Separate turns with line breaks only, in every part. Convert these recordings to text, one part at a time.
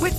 With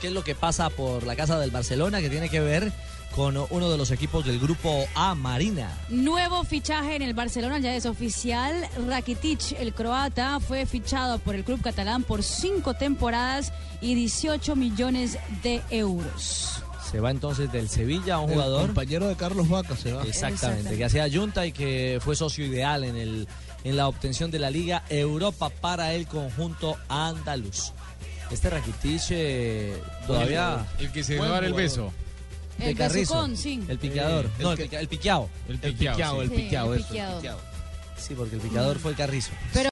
¿Qué es lo que pasa por la casa del Barcelona que tiene que ver con uno de los equipos del grupo A Marina?
Nuevo fichaje en el Barcelona, ya es oficial. Rakitic, el croata, fue fichado por el club catalán por cinco temporadas y 18 millones de euros.
Se va entonces del Sevilla un
El
jugador.
compañero de Carlos Vaca se va.
Exactamente, que hacía Junta y que fue socio ideal en, el, en la obtención de la Liga Europa para el conjunto andaluz. Este Rakitic eh, todavía...
El que se va
Buen
a dar el
jugador.
beso.
de
El
Carrizo,
besucón, sí.
El picador.
Eh, el
no, el,
que-
pica- el piqueado.
El
El piqueado,
piqueado,
el
Sí, el
piqueado, eso, el
piqueado.
piqueado.
Sí, porque el picador fue el Carrizo.
Pero-